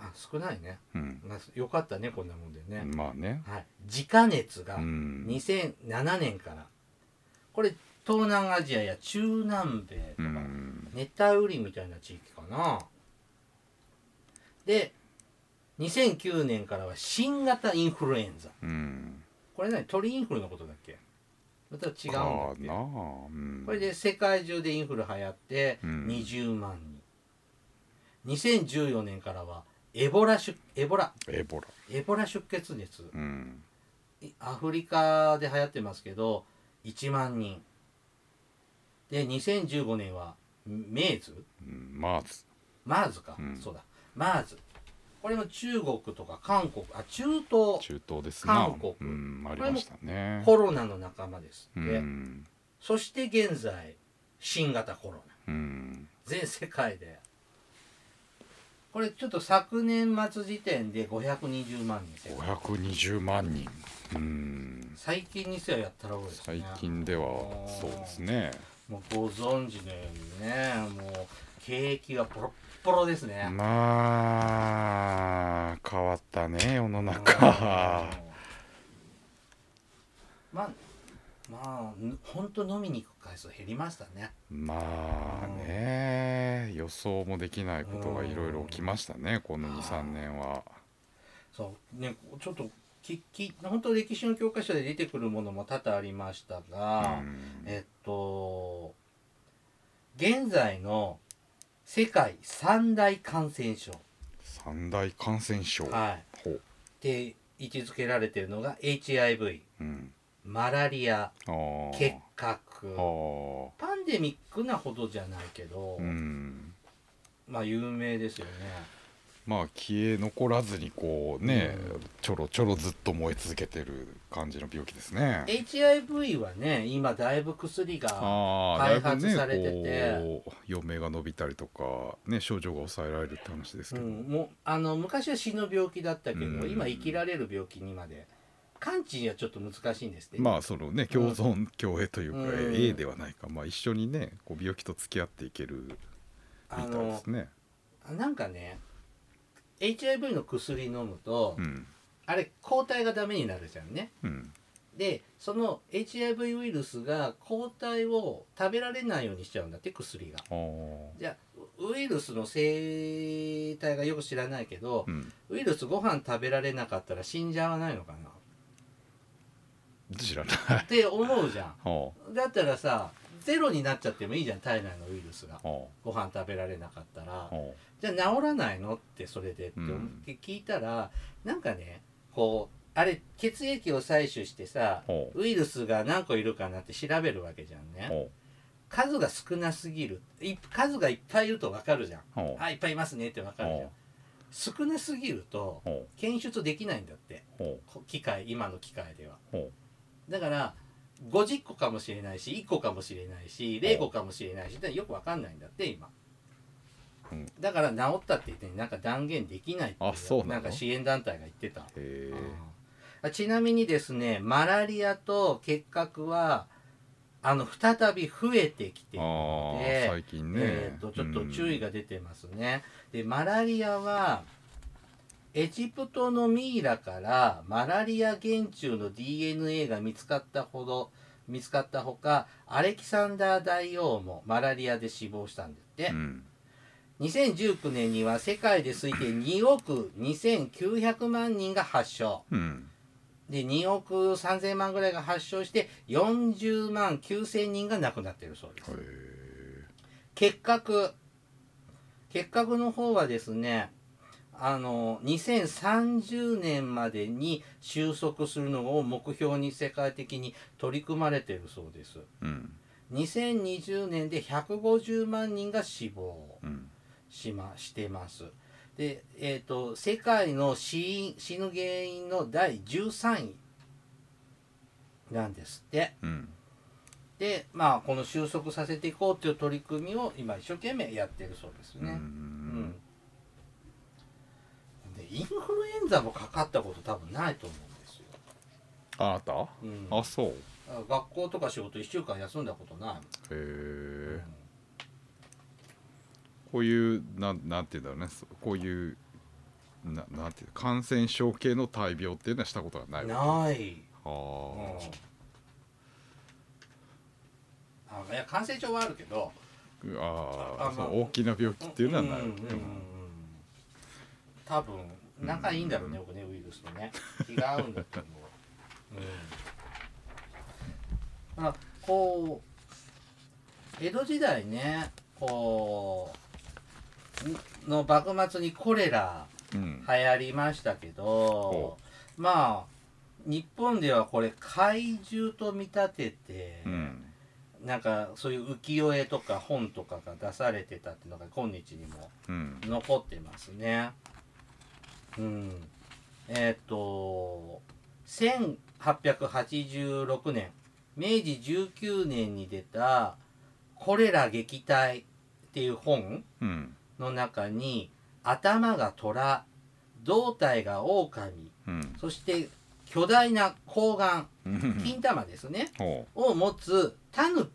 Speaker 1: あ少ないね
Speaker 2: うん
Speaker 1: まあよかったねこんなもんでね、
Speaker 2: まあね
Speaker 1: はい、自家熱が
Speaker 2: うん
Speaker 1: 2007年から、これ東南アジアや中南米と
Speaker 2: う
Speaker 1: か、
Speaker 2: ん
Speaker 1: 熱帯雨林みたいな地域かなで2009年からは新型インフルエンザ
Speaker 2: うん
Speaker 1: これ何鳥インフルのことだっけまた違うんだ
Speaker 2: か
Speaker 1: っ
Speaker 2: な
Speaker 1: け
Speaker 2: あうん
Speaker 1: これで世界中でインフル流行って
Speaker 2: うん
Speaker 1: 20万人、2014年からはエボラ出エボラ
Speaker 2: エボラ
Speaker 1: エボラ出血熱
Speaker 2: うん
Speaker 1: アフリカで流行ってますけど1万人で2015年はメーズ
Speaker 2: うんまず
Speaker 1: マーズか、
Speaker 2: うん
Speaker 1: そうだマーズこれも中国とか韓国あ中東
Speaker 2: 中東ですな
Speaker 1: 韓国
Speaker 2: うんありましたね
Speaker 1: コロナの仲間です
Speaker 2: う
Speaker 1: って、
Speaker 2: ん
Speaker 1: そして現在新型コロナ
Speaker 2: うん
Speaker 1: 全世界でこれちょっと昨年末時点で520万人
Speaker 2: 520万人うん
Speaker 1: 最近にせはやったら多いです
Speaker 2: 最
Speaker 1: ね
Speaker 2: 近ではそうですね
Speaker 1: もうご存知のようにねもう景気はボロッボロですね、
Speaker 2: まあ変わったね世の
Speaker 1: ま
Speaker 2: 中
Speaker 1: あまあぬほんと飲みに行く回数減りましたね
Speaker 2: まあね予想もできないことがいろいろ起きましたねこの23年は
Speaker 1: そうねちょっときき本当歴史の教科書で出てくるものも多々ありましたが、
Speaker 2: うん
Speaker 1: えっと現在の世界三大感染症、
Speaker 2: 三大感染症
Speaker 1: はい、
Speaker 2: ほう
Speaker 1: で位置づけられているのが HIV
Speaker 2: うん
Speaker 1: マラリア
Speaker 2: あー
Speaker 1: 結核
Speaker 2: あー
Speaker 1: パンデミックなほどじゃないけど、
Speaker 2: うん
Speaker 1: まあ有名ですよね
Speaker 2: まあ消え残らずにこうね
Speaker 1: うん
Speaker 2: ちょろちょろずっと燃え続けてる感じの病気ですね
Speaker 1: HIV はね今だいぶ薬が
Speaker 2: あ
Speaker 1: 開
Speaker 2: ー
Speaker 1: 発
Speaker 2: だいぶね
Speaker 1: されてて
Speaker 2: こう余命が伸びたりとか、ね、症状が抑えられるって話です
Speaker 1: う
Speaker 2: けど、
Speaker 1: ん、もうあの昔は死ぬ病気だったけど、
Speaker 2: うん
Speaker 1: 今生きられる病気にまで完治はちょっと難しいんですって、
Speaker 2: まあそのね共存共栄というか、
Speaker 1: うん
Speaker 2: A ではないか、まあ、一緒にねこう病気と付き合っていけるみ
Speaker 1: あ
Speaker 2: たいで
Speaker 1: の
Speaker 2: すね。
Speaker 1: なんかね HIV の薬飲むと、
Speaker 2: うん
Speaker 1: あれ抗体がダメになるじゃんね
Speaker 2: うん
Speaker 1: でその HIV ウイルスが抗体を食べられないようにしちゃうんだって薬が
Speaker 2: あー
Speaker 1: じゃあウイルスの生態がよく知らないけど
Speaker 2: う、ん
Speaker 1: ウイルスご飯食べられなかったら死んじゃわないのかな
Speaker 2: 知らない [laughs]
Speaker 1: って思うじゃん
Speaker 2: は
Speaker 1: だったらさゼロになっちゃってもいいじゃん体内のウイルスが
Speaker 2: あは
Speaker 1: ご飯食べられなかったら
Speaker 2: あは
Speaker 1: じゃあ治らないのってそれでって思って聞いたら、なんかねこうあれ血液を採取してさ
Speaker 2: あは
Speaker 1: ウイルスが何個いるかなって調べるわけじゃん
Speaker 2: あ
Speaker 1: ね数が少なすぎるい数がいっぱいいると分かるじゃん
Speaker 2: はあ
Speaker 1: あいっぱいいますねって分かるじゃん少なすぎると
Speaker 2: は
Speaker 1: 検出できないんだって
Speaker 2: あは
Speaker 1: こ機械今の機械では
Speaker 2: あは
Speaker 1: だから50個かもしれないし1個かもしれないし0個かもしれないしでよくわかんないんだって今、
Speaker 2: うん
Speaker 1: だから治ったって言ってなんか断言できないってい
Speaker 2: あそうなの
Speaker 1: んか支援団体が言ってた、
Speaker 2: へ
Speaker 1: あちなみにですねマラリアと結核はあの再び増えてきて
Speaker 2: え
Speaker 1: い
Speaker 2: あ
Speaker 1: るので
Speaker 2: ー最近ね
Speaker 1: えー、とちょっと注意が出てますね。でマラリアはエジプトのミイラからマラリア原虫の DNA が見つかったほど見つかったほかアレキサンダー大王もマラリアで死亡したんだって
Speaker 2: う、ん
Speaker 1: 2019年には世界で推定2億2900万人が発症
Speaker 2: うん
Speaker 1: で2億3000万ぐらいが発症して40万9000人が亡くなっているそうです
Speaker 2: へ。え
Speaker 1: 結核結核の方はですねあの2030年までに収束するのを目標に世界的に取り組まれているそうです
Speaker 2: うん
Speaker 1: 2020年で150万人が死亡
Speaker 2: うん
Speaker 1: しましてますでえっ、と世界の死因死ぬ原因の第13位なんですって
Speaker 2: うん
Speaker 1: でまあこの収束させていこうという取り組みを今一生懸命やってるそうです
Speaker 2: う
Speaker 1: ね、
Speaker 2: ん
Speaker 1: でインフルエンザもかかったこと多分ないと思うんですよ、
Speaker 2: ああった
Speaker 1: うん、
Speaker 2: あそう
Speaker 1: 学校とか仕事1週間休んだことないもん
Speaker 2: へえこういうなんなんていうんだろうねそこういうななんていう感染症系の大病っていうのはしたことがないわ
Speaker 1: ない、
Speaker 2: あ
Speaker 1: うん
Speaker 2: ー、
Speaker 1: あいや感染症はあるけど
Speaker 2: あ
Speaker 1: あ
Speaker 2: ーそ
Speaker 1: まあ
Speaker 2: う大きな病気っていうのはない、
Speaker 1: うんうんうんうん多分仲いいんだろうね、僕ねウイルスとね気が合うんだと思う、うん、だからこう江戸時代ねこうの幕末にコレラ
Speaker 2: うん
Speaker 1: 流行りましたけど
Speaker 2: ほ、
Speaker 1: まあ日本ではこれ怪獣と見立てて、
Speaker 2: うん
Speaker 1: なんかそういう浮世絵とか本とかが出されてたっていうのが今日にも
Speaker 2: うん
Speaker 1: 残ってますね。うん。えっ、と、1886年、明治19年に出た、コレラ撃退っていう本
Speaker 2: うん
Speaker 1: の中に、頭が虎、胴体が狼、
Speaker 2: うん
Speaker 1: そして巨大な睾丸、
Speaker 2: うん
Speaker 1: 金玉ですね。
Speaker 2: ほ
Speaker 1: を持つタヌ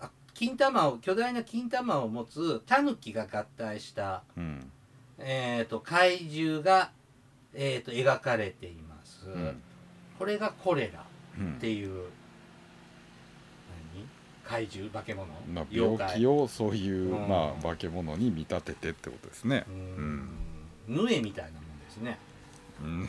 Speaker 1: あ金玉を巨大な金玉を持つタヌキが合体した、
Speaker 2: ううん
Speaker 1: えー、と怪獣が、えー、と描かれています、
Speaker 2: うん
Speaker 1: これがコレラ
Speaker 2: う
Speaker 1: っ
Speaker 2: ん
Speaker 1: ていう、何怪獣化け物
Speaker 2: まあ
Speaker 1: 妖
Speaker 2: 病気
Speaker 1: 怪
Speaker 2: をそういう、
Speaker 1: うん
Speaker 2: まあ、化け物に見立ててってことですね
Speaker 1: う。んヌエみたいなもんですね、
Speaker 2: うん、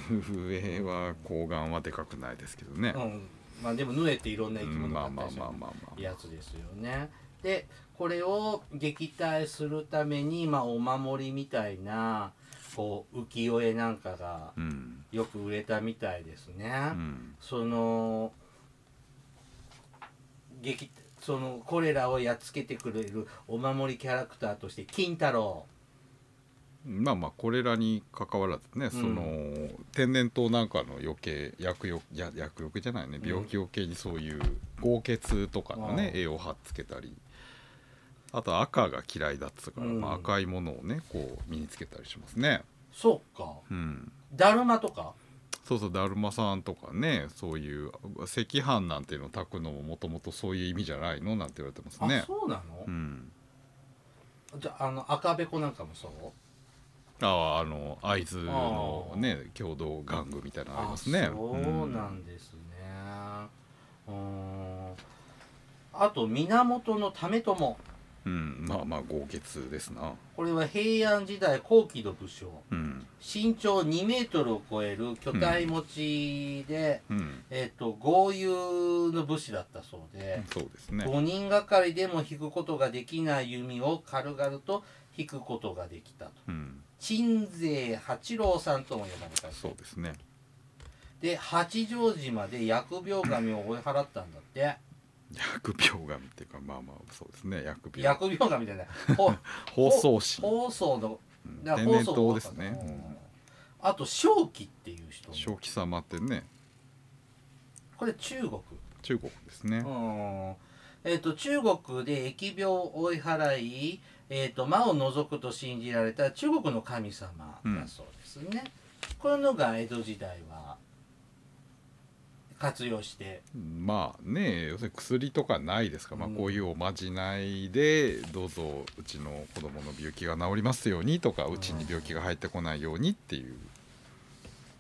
Speaker 2: 上は睾丸はでかくないですけどね
Speaker 1: う。んまあ、でもヌエっていろんな
Speaker 2: う
Speaker 1: 生き物
Speaker 2: ん、
Speaker 1: が
Speaker 2: ま
Speaker 1: あ
Speaker 2: あ
Speaker 1: ったりす
Speaker 2: まあ
Speaker 1: る
Speaker 2: まあまあまあ。
Speaker 1: やつですよね。でこれを撃退するために、まあ、お守りみたいなこう浮世絵なんかが
Speaker 2: うん。
Speaker 1: よく売れたみたいですね。
Speaker 2: うん。
Speaker 1: その撃そのこれらをやっつけてくれるお守りキャラクターとして金太郎
Speaker 2: まあまあこれらに関わらずね、
Speaker 1: ん
Speaker 2: その天然痘なんかの余計薬よや薬力じゃないね
Speaker 1: うん
Speaker 2: 病気を系にそういう豪血とかのね、
Speaker 1: うん
Speaker 2: 栄をはっつけたりあと赤が嫌いだっつうから、
Speaker 1: うん
Speaker 2: まあ、赤いものをねこう身につけたりしますね。
Speaker 1: そうか
Speaker 2: うん、
Speaker 1: だるまとか
Speaker 2: そうそうだるまさんとかねそういう赤飯なんていうのを炊くのももともとそういう意味じゃないのなんて言われてます
Speaker 1: あ、
Speaker 2: ね。
Speaker 1: そうなの、
Speaker 2: うん
Speaker 1: じゃああの赤べこなんかもそう
Speaker 2: あああの会津のね共同玩具みたいなのありますね。
Speaker 1: あそうなんですね。うーん。あと源為朝
Speaker 2: うんまあまあ豪傑ですな
Speaker 1: これは平安時代後期の武将
Speaker 2: うん
Speaker 1: 身長2メートルを超える巨体持ちで、
Speaker 2: うん
Speaker 1: えっと豪遊の武士だったそうで、
Speaker 2: そうですね
Speaker 1: 5人がかりでも引くことができない弓を軽々と引くことができたと
Speaker 2: うん
Speaker 1: 鎮西八郎さんとも呼ばれた
Speaker 2: そうですね
Speaker 1: で八丈島で疫病神を追い払ったんだって
Speaker 2: 薬病神っていうかまあまあそうですね薬病
Speaker 1: 疫病神じゃないほ
Speaker 2: 放送神
Speaker 1: 放送の
Speaker 2: うん
Speaker 1: だから
Speaker 2: 天
Speaker 1: 放
Speaker 2: 然
Speaker 1: 送
Speaker 2: 痘
Speaker 1: の
Speaker 2: ですね
Speaker 1: うんあと正気っていう人
Speaker 2: うん正気様ってね
Speaker 1: これ中国
Speaker 2: 中国ですね
Speaker 1: うんえっと中国で疫病を追い払い、えっと魔を除くと信じられた中国の神様だそうですね、こういうのが江戸時代は活用して
Speaker 2: まあね要するに薬とかないですから、まあ、
Speaker 1: うん
Speaker 2: こういうおまじないでどうぞうちの子供の病気が治りますようにとかうちに病気が入ってこないようにっていう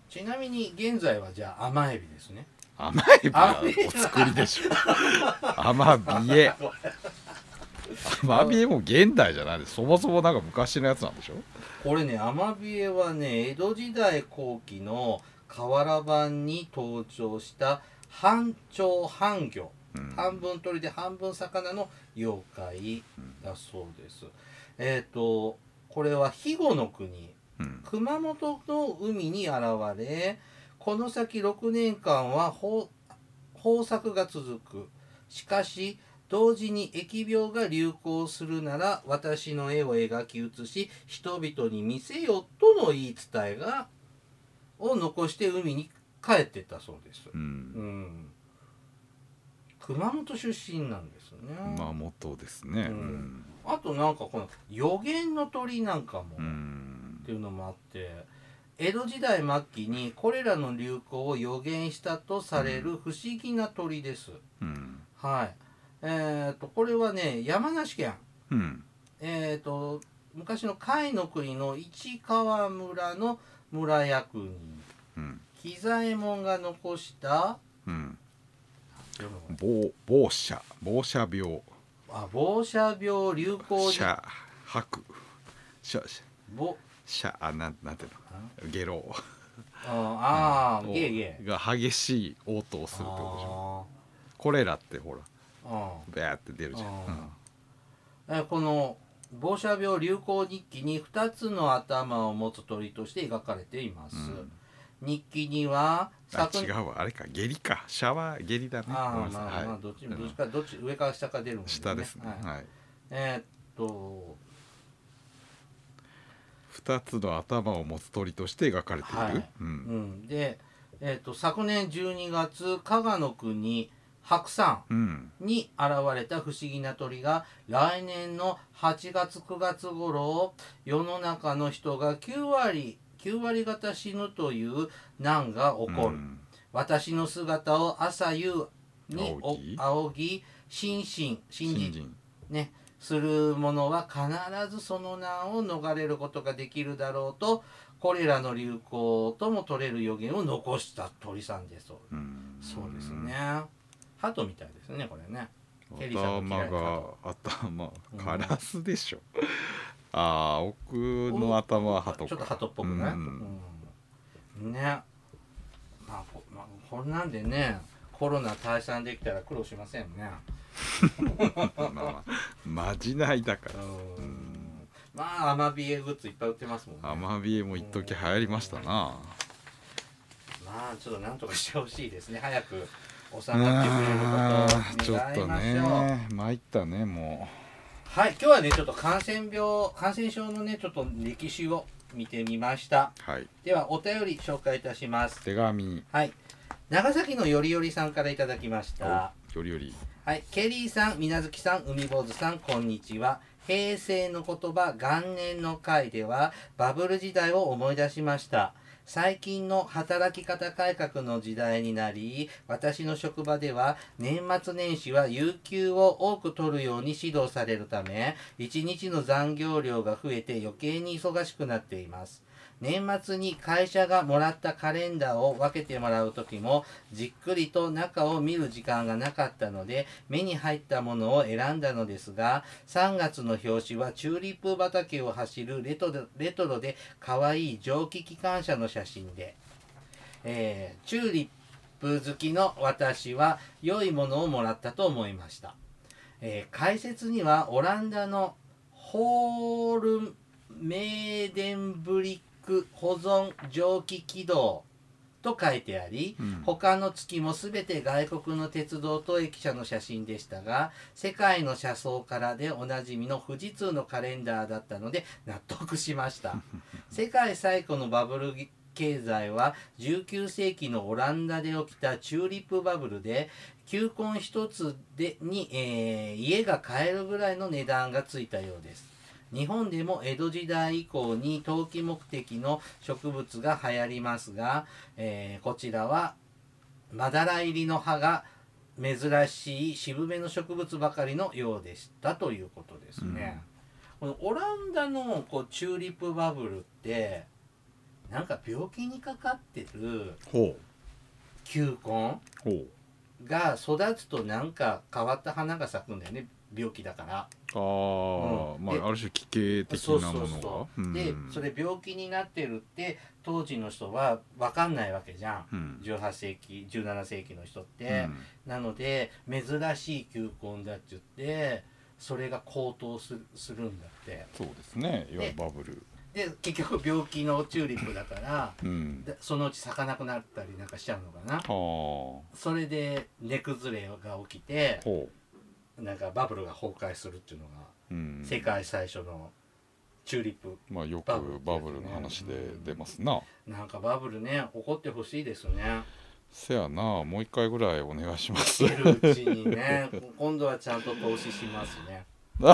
Speaker 1: ちなみに現在はじゃあ甘エビですね
Speaker 2: 甘エビはお作りでしょ甘ビエ甘ビエも現代じゃないですそもそもなんか昔のやつなんでしょ
Speaker 1: これねアマビエはね江戸時代後期の瓦版に登場した半鳥半魚、
Speaker 2: うん
Speaker 1: 半分鳥で半分魚の妖怪だそうです、えっ、とこれは肥後の国
Speaker 2: うん
Speaker 1: 熊本の海に現れこの先6年間は豊豊作が続くしかし同時に疫病が流行するなら私の絵を描き写し人々に見せよとの言い伝えがを残して海に帰ってったそうです、う
Speaker 2: う
Speaker 1: んん、熊本出身なんですね、
Speaker 2: まあ元ですね
Speaker 1: うんあとなんかこの予言の鳥なんかも、
Speaker 2: うんうん
Speaker 1: っていうのもあって江戸時代末期にこれらの流行を予言したとされる不思議な鳥です、
Speaker 2: うん
Speaker 1: はいえー、とこれはね山梨県
Speaker 2: うん
Speaker 1: えー、と昔の甲斐の国の市川村の村役人
Speaker 2: うん
Speaker 1: 喜左衛門が残した
Speaker 2: うん暴暴射暴射病
Speaker 1: あ防射病流行
Speaker 2: シャ吐くシャシャ
Speaker 1: ぼ
Speaker 2: シャあなんなんていうのゲロ
Speaker 1: ああー、
Speaker 2: を
Speaker 1: いえいえ
Speaker 2: が激しい応答をするってことでしょこれらってほら
Speaker 1: あーうん
Speaker 2: ベーって出るじゃん、うん
Speaker 1: えーこの防射病流行日記に2つの頭を持つ鳥として描かれています、
Speaker 2: うん
Speaker 1: 日記には
Speaker 2: あ
Speaker 1: 昨
Speaker 2: 違うわあれか下痢かシャワー下痢だねご
Speaker 1: あ
Speaker 2: め
Speaker 1: ー
Speaker 2: んな
Speaker 1: ま
Speaker 2: さ
Speaker 1: あ
Speaker 2: い
Speaker 1: ま
Speaker 2: は
Speaker 1: あ
Speaker 2: い
Speaker 1: どっち
Speaker 2: うん
Speaker 1: どっちかどっち上から下か出るもんね
Speaker 2: 下ですね
Speaker 1: はい
Speaker 2: はい
Speaker 1: えーっと
Speaker 2: 二つの頭を持つ鳥として描かれている、
Speaker 1: はい
Speaker 2: うん
Speaker 1: うんでえーっと昨年12月加賀の国白山
Speaker 2: うん
Speaker 1: に現れた不思議な鳥が来年の8月9月頃世の中の人が9割9割方死ぬという難が起こる、
Speaker 2: うん
Speaker 1: 私の姿を朝夕にお
Speaker 2: 仰ぎ
Speaker 1: 仰ぎ心身信
Speaker 2: 新
Speaker 1: じ
Speaker 2: 人
Speaker 1: ねする者は必ずその難を逃れることができるだろうとこれらの流行とも取れる予言を残した鳥さんです
Speaker 2: うん
Speaker 1: そうですね鳩みたいですねこれねケリーさんも
Speaker 2: 頭
Speaker 1: 嫌いな
Speaker 2: が
Speaker 1: 鳩
Speaker 2: 頭
Speaker 1: うん
Speaker 2: カラスでしょ、ああ奥の頭は鳩か
Speaker 1: ちょっと鳩っぽくね、
Speaker 2: うん
Speaker 1: うんねまあこ,、まあ、こんなんでねコロナ退散できたら苦労しませんね
Speaker 2: まあまあまじないだか
Speaker 1: う
Speaker 2: ら
Speaker 1: んまあアマビエグッズいっぱい売ってますもんね
Speaker 2: アマビエも一時流行りましたな
Speaker 1: まあちょっとなんとかしてほしいですね早く収まって
Speaker 2: あー
Speaker 1: く
Speaker 2: ち
Speaker 1: れ
Speaker 2: ょ
Speaker 1: ること
Speaker 2: っ
Speaker 1: を
Speaker 2: と
Speaker 1: 願いましょう、
Speaker 2: ね参ったねも
Speaker 1: はい今日はねちょっと感染病感染症のねちょっと歴史を見てみました
Speaker 2: うはい
Speaker 1: ではお便り紹介いたします
Speaker 2: 手紙
Speaker 1: はい長崎のよりよりさんからいただきました
Speaker 2: よりより
Speaker 1: はい、ケリーさん、みなずきさん、海坊主さん、こんにちは。平成の言葉、元年の回では、バブル時代を思い出しました。最近の働き方改革の時代になり、私の職場では、年末年始は有給を多く取るように指導されるため、一日の残業量が増えて余計に忙しくなっています。年末に会社がもらったカレンダーを分けてもらう時もじっくりと中を見る時間がなかったので目に入ったものを選んだのですが3月の表紙はチューリップ畑を走るレトロレトロで可愛い蒸気機関車の写真で、えーチューリップップ好きの私は良いものをもらったと思いました、えー解説にはオランダのホールメーデンブリック保存蒸気軌道と書いてあり、
Speaker 2: うん
Speaker 1: 他の月も全て外国の鉄道と駅舎の写真でしたが世界の車窓からでおなじみの富士通のカレンダーだったので納得しました
Speaker 2: [laughs]
Speaker 1: 世界最古のバブル経済は19世紀のオランダで起きたチューリップバブルで球根一つでに、えー家が買えるぐらいの値段がついたようです日本でも江戸時代以降に投機目的の植物が流行りますが、えーこちらはまだら入りの葉が珍しい渋めの植物ばかりのようでしたということですね。このオランダのこうチューリップバブルってなんか病気にかかってる
Speaker 2: ほ
Speaker 1: 球根
Speaker 2: うほ
Speaker 1: が育つとなんか変わった花が咲くんだよね病気だから。
Speaker 2: うああ、
Speaker 1: うん
Speaker 2: ま
Speaker 1: で
Speaker 2: あある種奇形的
Speaker 1: そう
Speaker 2: な
Speaker 1: そ
Speaker 2: も
Speaker 1: う
Speaker 2: のが
Speaker 1: そう、
Speaker 2: ん
Speaker 1: でそれ病気になってるって当時の人は分かんないわけじゃん
Speaker 2: うん
Speaker 1: 18世紀17世紀の人っ
Speaker 2: う
Speaker 1: て、
Speaker 2: ん
Speaker 1: なので珍しい球根だって言ってそれが高騰するするんだって
Speaker 2: そうですねいわゆるバブル
Speaker 1: で結局病気のチューリップだから
Speaker 2: うん
Speaker 1: でそのうち咲かなくなったりなんかしちゃうのかな
Speaker 2: ああほ
Speaker 1: それで根崩れが起きて
Speaker 2: う
Speaker 1: なんかバブルが崩壊するっていうのが
Speaker 2: うん
Speaker 1: 世界最初のチューリップ
Speaker 2: まあよく
Speaker 1: バブル
Speaker 2: バブルの話で出ますな
Speaker 1: なんかバブルね起こってほしいですね
Speaker 2: せやなもう一回ぐらいお願いします
Speaker 1: いるうちにね今度はちゃんと投資しますね
Speaker 2: [laughs]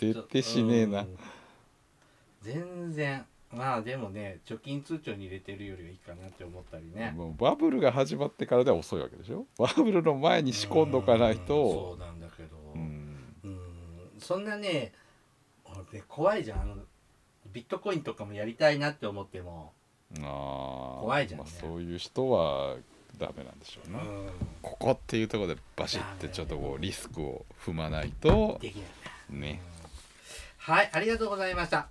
Speaker 2: 絶対しねえな
Speaker 1: うん全然まあでもね貯金通帳に入れてるよりはいいかなって思ったりね
Speaker 2: もうバブルが始まってからでは遅いわけでしょバブルの前に仕込んどかない
Speaker 1: うんそ
Speaker 2: と
Speaker 1: うなんだけどう
Speaker 2: う
Speaker 1: ん、
Speaker 2: ん
Speaker 1: そんなね俺ね怖いじゃんあのビットコインとかもやりたいなって思っても、
Speaker 2: あー
Speaker 1: 怖いじゃんね
Speaker 2: まあ、そういう人はダメなんでしょう
Speaker 1: う
Speaker 2: な、
Speaker 1: ん、
Speaker 2: ここっていうところでバシッてちょっとこうリスクを踏まないと
Speaker 1: できない
Speaker 2: ね
Speaker 1: はいありがとうございました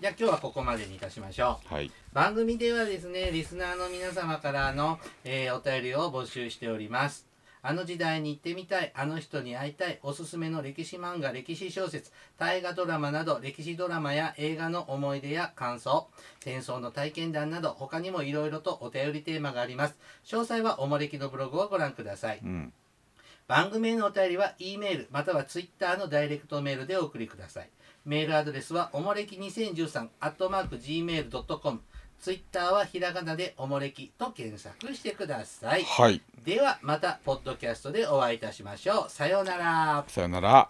Speaker 1: じゃあ今日はここまでにいたしましょう
Speaker 2: はい
Speaker 1: 番組ではですねリスナーの皆様からの、えーお便りを募集しておりますあの時代に行ってみたいあの人に会いたいおすすめの歴史漫画歴史小説大河ドラマなど歴史ドラマや映画の思い出や感想戦争の体験談など他にもいろいろとお便りテーマがあります詳細はおもれきのブログをご覧ください
Speaker 2: うん
Speaker 1: 番組へのお便りは E メールまたは Twitter のダイレクトメールでお送りくださいメールアドレスはおもれき2013アットマーク Gmail.com ツイッターはひらがなでおもれきと検索してください
Speaker 2: はい
Speaker 1: ではまたポッドキャストでお会いいたしましょうさようなら
Speaker 2: さよなら